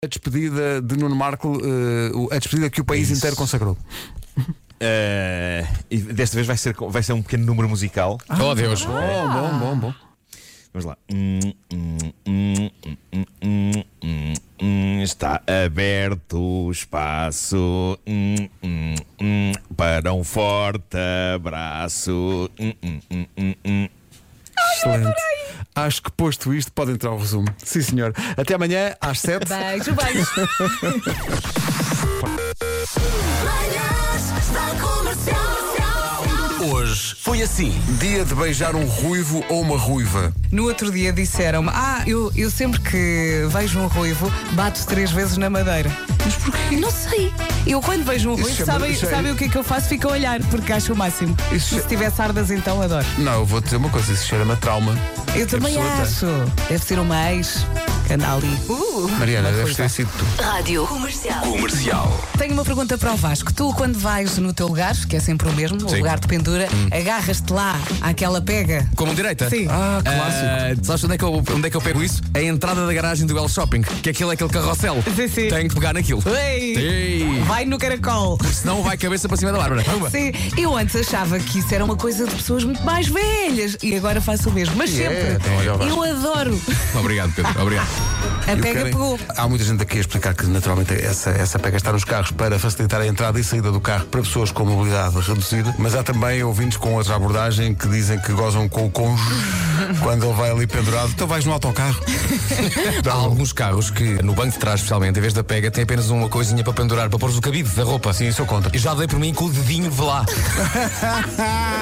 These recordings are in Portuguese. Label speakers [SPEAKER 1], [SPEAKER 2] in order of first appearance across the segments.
[SPEAKER 1] A despedida de Nuno Marco, eh, o- a despedida que o país
[SPEAKER 2] Isso.
[SPEAKER 1] inteiro consagrou.
[SPEAKER 2] Eh, e desta vez vai ser, co- vai ser um pequeno número musical.
[SPEAKER 3] Oh Deus.
[SPEAKER 1] Bom, bom, bom, bom.
[SPEAKER 2] Vamos lá. Hum, hum, hum, hum, hum, hum, hum. Está aberto o espaço hum, hum, hum, para um forte abraço. Hum, hum, hum, hum, hum.
[SPEAKER 1] Excelente. Acho que posto isto, pode entrar o resumo. Sim, senhor. Até amanhã, às 7.
[SPEAKER 4] Beijo, beijo.
[SPEAKER 5] Manhãs da Comercial.
[SPEAKER 6] Hoje foi assim.
[SPEAKER 1] Dia de beijar um ruivo ou uma ruiva.
[SPEAKER 4] No outro dia disseram-me: Ah, eu, eu sempre que vejo um ruivo, bato três vezes na madeira. Mas porquê? Não sei. Eu quando vejo um ruivo,
[SPEAKER 1] chama-
[SPEAKER 4] sabem,
[SPEAKER 1] isso é-
[SPEAKER 4] sabem o que é que eu faço? Fico a olhar, porque acho o máximo.
[SPEAKER 1] Isso-
[SPEAKER 4] Se tivesse sardas, então adoro.
[SPEAKER 1] Não, eu vou dizer uma coisa, isso cheira-me a trauma.
[SPEAKER 4] Eu
[SPEAKER 1] Que a
[SPEAKER 4] também
[SPEAKER 1] pessoa tem.
[SPEAKER 4] acho. Deve ser uma ex que anda ali. é. Uh,
[SPEAKER 1] Mariana,
[SPEAKER 4] uma
[SPEAKER 1] deves
[SPEAKER 4] ruiva.
[SPEAKER 1] ter sido tu.
[SPEAKER 5] Rádio Comercial.
[SPEAKER 6] Comercial.
[SPEAKER 4] Tenho uma pergunta para o Vasco. Tu, quando vais no teu lugar, que é sempre o mesmo, o lugar de pendura, agarras-te lá àquela pega.
[SPEAKER 3] Como direita?
[SPEAKER 4] Sim.
[SPEAKER 1] Ah,
[SPEAKER 3] clássico. sabes onde é, que eu, onde é que eu pego isso? A entrada da garagem do El Shopping, que aquilo é aquele carrossel.
[SPEAKER 4] Sim, sim.
[SPEAKER 3] Tenho que pegar naquilo.
[SPEAKER 4] Ei!
[SPEAKER 3] Sim.
[SPEAKER 4] Vai no caracol.
[SPEAKER 3] Senão vai cabeça para cima da Bárbara. Pumba.
[SPEAKER 4] Sim, eu antes achava que isso era uma coisa de pessoas muito mais velhas e agora faço o mesmo, mas
[SPEAKER 1] E é,
[SPEAKER 4] sempre.
[SPEAKER 1] então, olha, Vasco.
[SPEAKER 4] eu adoro.
[SPEAKER 3] Obrigado, Pedro. Obrigado.
[SPEAKER 4] A
[SPEAKER 1] Eu
[SPEAKER 4] pega
[SPEAKER 1] quero-
[SPEAKER 4] pegou.
[SPEAKER 1] Há muita gente aqui a explicar que naturalmente essa, essa pega está nos carros para facilitar a entrada e saída do carro para pessoas com mobilidade reduzida, mas há também ouvintes com outra abordagem que dizem que gozam com o cônjuge quando ele vai ali pendurado. Então vais no autocarro.
[SPEAKER 3] Há alguns carros que, no banco de trás, especialmente, em vez da pega, tem apenas uma coisinha para pendurar, para pôr o cabide da roupa.
[SPEAKER 1] Sim, isso eu contra.
[SPEAKER 3] E já dei por mim com o dedinho de lá.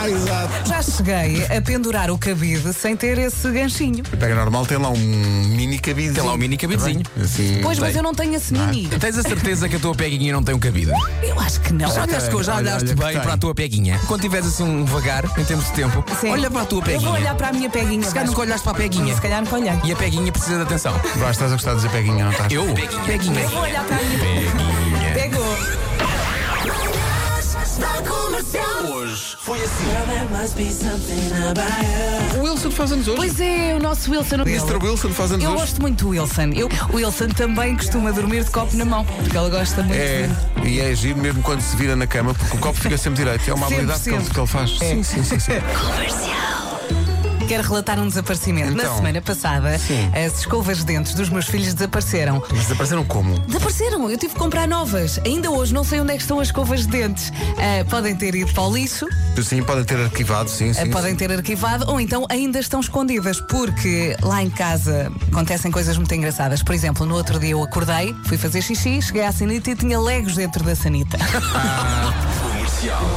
[SPEAKER 1] Exato.
[SPEAKER 4] Já cheguei a pendurar o cabide sem ter esse ganchinho.
[SPEAKER 1] A pega normal tem lá um mini cabide.
[SPEAKER 3] Tem lá um mini cabidezinho.
[SPEAKER 1] Assim,
[SPEAKER 4] Pois, mas
[SPEAKER 3] Bem.
[SPEAKER 4] eu não tenho esse mini.
[SPEAKER 3] Tens a certeza que a tua peguinha não tem um cabide?
[SPEAKER 4] Eu acho que não.
[SPEAKER 3] Já olhaste que hoje já
[SPEAKER 1] olha, olha
[SPEAKER 3] andaste
[SPEAKER 1] que
[SPEAKER 3] bem
[SPEAKER 1] tem.
[SPEAKER 3] para a tua peguinha. Quando tiveres assim um vagar, em termos de tempo,
[SPEAKER 4] Sim.
[SPEAKER 3] olha para a tua
[SPEAKER 4] Eu vou
[SPEAKER 3] peguinha.
[SPEAKER 4] olhar para a minha peguinha.
[SPEAKER 3] Se calhar
[SPEAKER 4] Vasco.
[SPEAKER 3] nunca olhaste para a peguinha.
[SPEAKER 4] Se calhar nunca olhei.
[SPEAKER 3] E a peguinha precisa de atenção.
[SPEAKER 1] Vasco, estás a gostar de dizer peguinha, não estás?
[SPEAKER 3] Eu?
[SPEAKER 4] Eu vou
[SPEAKER 3] Peguinha.
[SPEAKER 4] olhar para a minha peguinha. Pegou.
[SPEAKER 5] Manhãs da Comercial.
[SPEAKER 6] Hoje foi assim.
[SPEAKER 1] O Wilson faz anos hoje.
[SPEAKER 4] Pois é, o nosso Wilson.
[SPEAKER 1] Mr. Wilson faz anos
[SPEAKER 4] Eu
[SPEAKER 1] hoje.
[SPEAKER 4] gosto muito do Wilson. Eu, o Wilson também costuma dormir de copo na mão, porque ele gosta muito.
[SPEAKER 1] É,
[SPEAKER 4] de-
[SPEAKER 1] e é giro mesmo quando se vira na cama, porque o copo fica sempre direito. É uma
[SPEAKER 4] Sempre,
[SPEAKER 1] habilidade que ele-
[SPEAKER 4] sempre.
[SPEAKER 1] que ele faz. Sim, sim, sim. sim.
[SPEAKER 4] Quero relatar um desaparecimento.
[SPEAKER 1] Então.
[SPEAKER 4] Na semana passada,
[SPEAKER 1] Sim.
[SPEAKER 4] as escovas de dentes dos meus filhos desapareceram.
[SPEAKER 1] Mas desapareceram como?
[SPEAKER 4] Desapareceram, eu tive que comprar novas. Ainda hoje não sei onde é que estão as escovas de dentes. Ah, podem ter ido para o lixo,
[SPEAKER 1] Sim, podem ter arquivado, sim,
[SPEAKER 4] ah,
[SPEAKER 1] sim.
[SPEAKER 4] podem
[SPEAKER 1] sim.
[SPEAKER 4] ter arquivado ou então ainda estão escondidas, porque lá em casa acontecem coisas muito engraçadas. Por exemplo, no outro dia eu acordei, fui fazer xixi, cheguei à sanita e tinha legos dentro da sanita.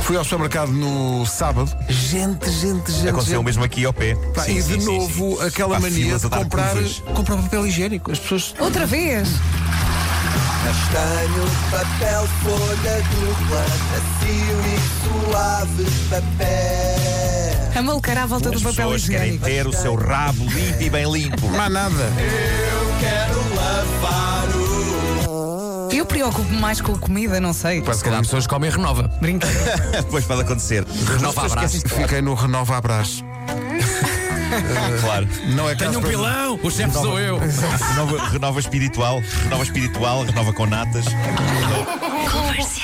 [SPEAKER 1] Fui ao supermercado no sábado. Gente, gente, gente.
[SPEAKER 2] Aconteceu
[SPEAKER 1] gente.
[SPEAKER 2] o mesmo aqui ao pé.
[SPEAKER 1] Pá,
[SPEAKER 2] Sim,
[SPEAKER 1] e
[SPEAKER 2] sim,
[SPEAKER 1] de
[SPEAKER 2] sim,
[SPEAKER 1] novo
[SPEAKER 2] sim.
[SPEAKER 1] aquela
[SPEAKER 2] Pá,
[SPEAKER 1] mania
[SPEAKER 2] filas
[SPEAKER 1] de
[SPEAKER 2] a dar
[SPEAKER 1] comprar,
[SPEAKER 2] curvas.
[SPEAKER 1] comprar papel higiênico. As pessoas.
[SPEAKER 4] Outra vez!
[SPEAKER 7] Castanho, papel, folha dupla, macio e suave papel.
[SPEAKER 4] A malucar à volta
[SPEAKER 2] As
[SPEAKER 4] do papel
[SPEAKER 2] pessoas querem
[SPEAKER 4] higiênico.
[SPEAKER 2] ter o seu rabo limpo e bem limpo.
[SPEAKER 1] Mas nada.
[SPEAKER 7] Eu quero lavar o
[SPEAKER 4] Eu preocupo-me mais com a comida, não sei.
[SPEAKER 3] Se calhar pessoas comem e renova.
[SPEAKER 4] Brincadeira.
[SPEAKER 2] Depois pode acontecer.
[SPEAKER 3] Renova a braço.
[SPEAKER 1] Fiquei no Renova Abraz.
[SPEAKER 2] Claro.
[SPEAKER 1] Não é
[SPEAKER 3] Tenho
[SPEAKER 1] caso
[SPEAKER 3] um
[SPEAKER 1] para-
[SPEAKER 3] pilão! O chefe sou eu!
[SPEAKER 2] Renova, renova espiritual, renova espiritual, renova com natas. Parece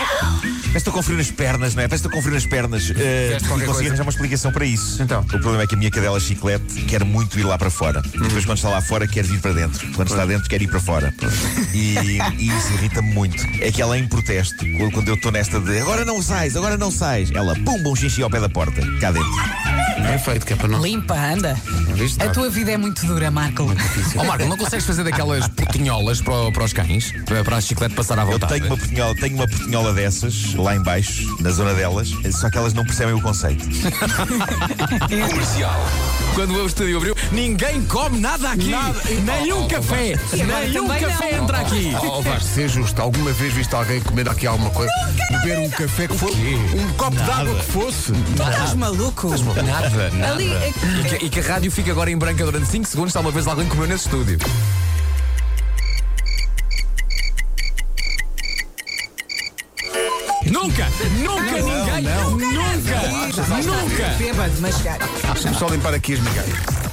[SPEAKER 2] que estou com frio nas pernas, não é? Parece que estou com frio nas pernas. Eh,
[SPEAKER 1] Fizeste qualquer
[SPEAKER 2] e consegui
[SPEAKER 1] coisa.
[SPEAKER 2] arranjar uma explicação para isso.
[SPEAKER 1] Então.
[SPEAKER 2] O problema é que a minha cadela chiclete quer muito ir lá para fora. E
[SPEAKER 1] Uhum.
[SPEAKER 2] depois, quando está lá fora, quer vir para dentro. Quando está dentro, quer ir para fora. E, e isso irrita-me muito. É que ela, em protesto, quando- quando eu estou nesta de agora não sais, agora não sais, ela pumba um xixi ao pé da porta, cá dentro.
[SPEAKER 1] É feito, que é para não.
[SPEAKER 4] Limpa, anda.
[SPEAKER 1] Viste?
[SPEAKER 4] A tua vida é muito dura, Marco.
[SPEAKER 3] Ó Marco, não consegues fazer daquelas putinholas para, o- para os cães? Para, para a chiclete passar à
[SPEAKER 2] Eu
[SPEAKER 3] vontade?
[SPEAKER 2] tenho uma, portinhola, tenho uma portinhola dessas, lá em baixo, na zona delas, só que elas não percebem o conceito.
[SPEAKER 6] Comercial.
[SPEAKER 3] Quando o estúdio abriu, ninguém come nada aqui! Nenhum café! Nenhum
[SPEAKER 4] também
[SPEAKER 3] café
[SPEAKER 4] não.
[SPEAKER 3] entra aqui!
[SPEAKER 1] Oh, Vasco, ser justo, alguma vez viste alguém comer aqui alguma coisa? Beber um café que fosse. Um copo de água que fosse.
[SPEAKER 4] Estás maluco?
[SPEAKER 3] Nada, nada.
[SPEAKER 4] Ali,
[SPEAKER 3] E que, e que a rádio fica agora em branca durante 5 segundos, talvez vez alguém comeu nesse estúdio. Nunca! Nunca ninguém! Nunca!
[SPEAKER 4] Nunca! Bêbado, mas
[SPEAKER 1] um, Deixa-me só limpar aqui as